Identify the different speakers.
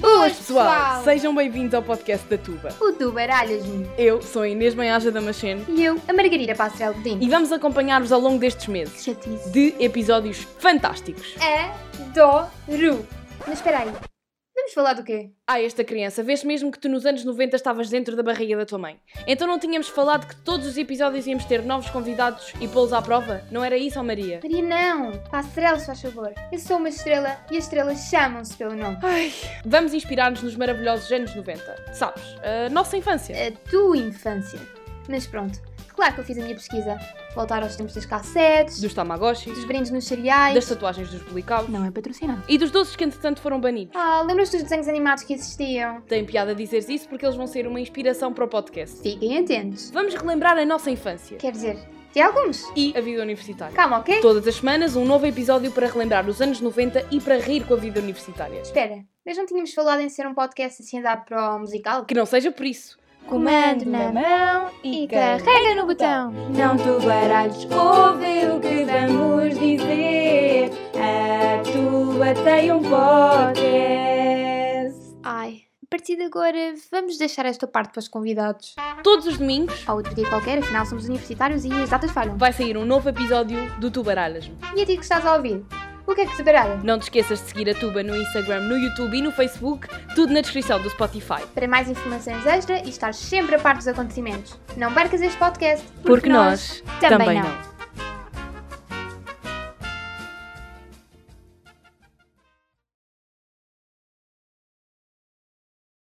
Speaker 1: Boas, pessoal! Sejam bem-vindos ao podcast da Tuba.
Speaker 2: O Tuba Aralhas-me.
Speaker 1: Eu sou a Inês Manhaja da Machene
Speaker 2: E eu, a Margarida Passarelo Godinho.
Speaker 1: e vamos acompanhar-vos ao longo destes meses
Speaker 2: Chatice.
Speaker 1: de episódios fantásticos.
Speaker 2: Adoro. Mas espera aí. Vamos falar do quê?
Speaker 1: Ah, esta criança, vês mesmo que tu nos anos 90 estavas dentro da barriga da tua mãe. Então não tínhamos falado que todos os episódios íamos ter novos convidados e pô-los à prova? Não era isso, ó Maria?
Speaker 2: Maria, não. Passarelo, se faz favor. Eu sou uma estrela e as estrelas chamam-se pelo nome.
Speaker 1: Ai, vamos inspirar-nos nos maravilhosos anos 90. Sabes, a nossa infância.
Speaker 2: A tua infância. Mas pronto. Claro que eu fiz a minha pesquisa. Voltar aos tempos das cassetes,
Speaker 1: Dos Tamagotchis,
Speaker 2: dos brindes nos cereais.
Speaker 1: das tatuagens dos bulicaus
Speaker 2: Não é patrocinado.
Speaker 1: e dos doces que entretanto foram banidos.
Speaker 2: Ah, lembras dos desenhos animados que existiam?
Speaker 1: Tem piada dizeres isso porque eles vão ser uma inspiração para o podcast.
Speaker 2: Fiquem atentos.
Speaker 1: Vamos relembrar a nossa infância
Speaker 2: Quer dizer, de alguns.
Speaker 1: e a vida universitária.
Speaker 2: Calma, ok?
Speaker 1: Todas as semanas, um novo episódio para relembrar os anos 90 e para rir com a vida universitária.
Speaker 2: Espera, mas não tínhamos falado em ser um podcast assim dá para o musical?
Speaker 1: Que não seja por isso.
Speaker 2: Comando na mão e carrega no botão. Não tu baralhes, ouve o que vamos dizer. A tua tem um podcast. Ai, a partir de agora vamos deixar esta parte para os convidados.
Speaker 1: Todos os domingos
Speaker 2: Ou outro dia qualquer, afinal somos universitários e as datas falham.
Speaker 1: vai sair um novo episódio do Tu Baralhas-me.
Speaker 2: E a ti que estás a ouvir? O que é que se baralha?
Speaker 1: Não te esqueças de seguir a Tuba no Instagram, no YouTube e no Facebook, tudo na descrição do Spotify.
Speaker 2: Para mais informações extra e estar sempre a par dos acontecimentos, não percas este podcast.
Speaker 1: Porque nós também não.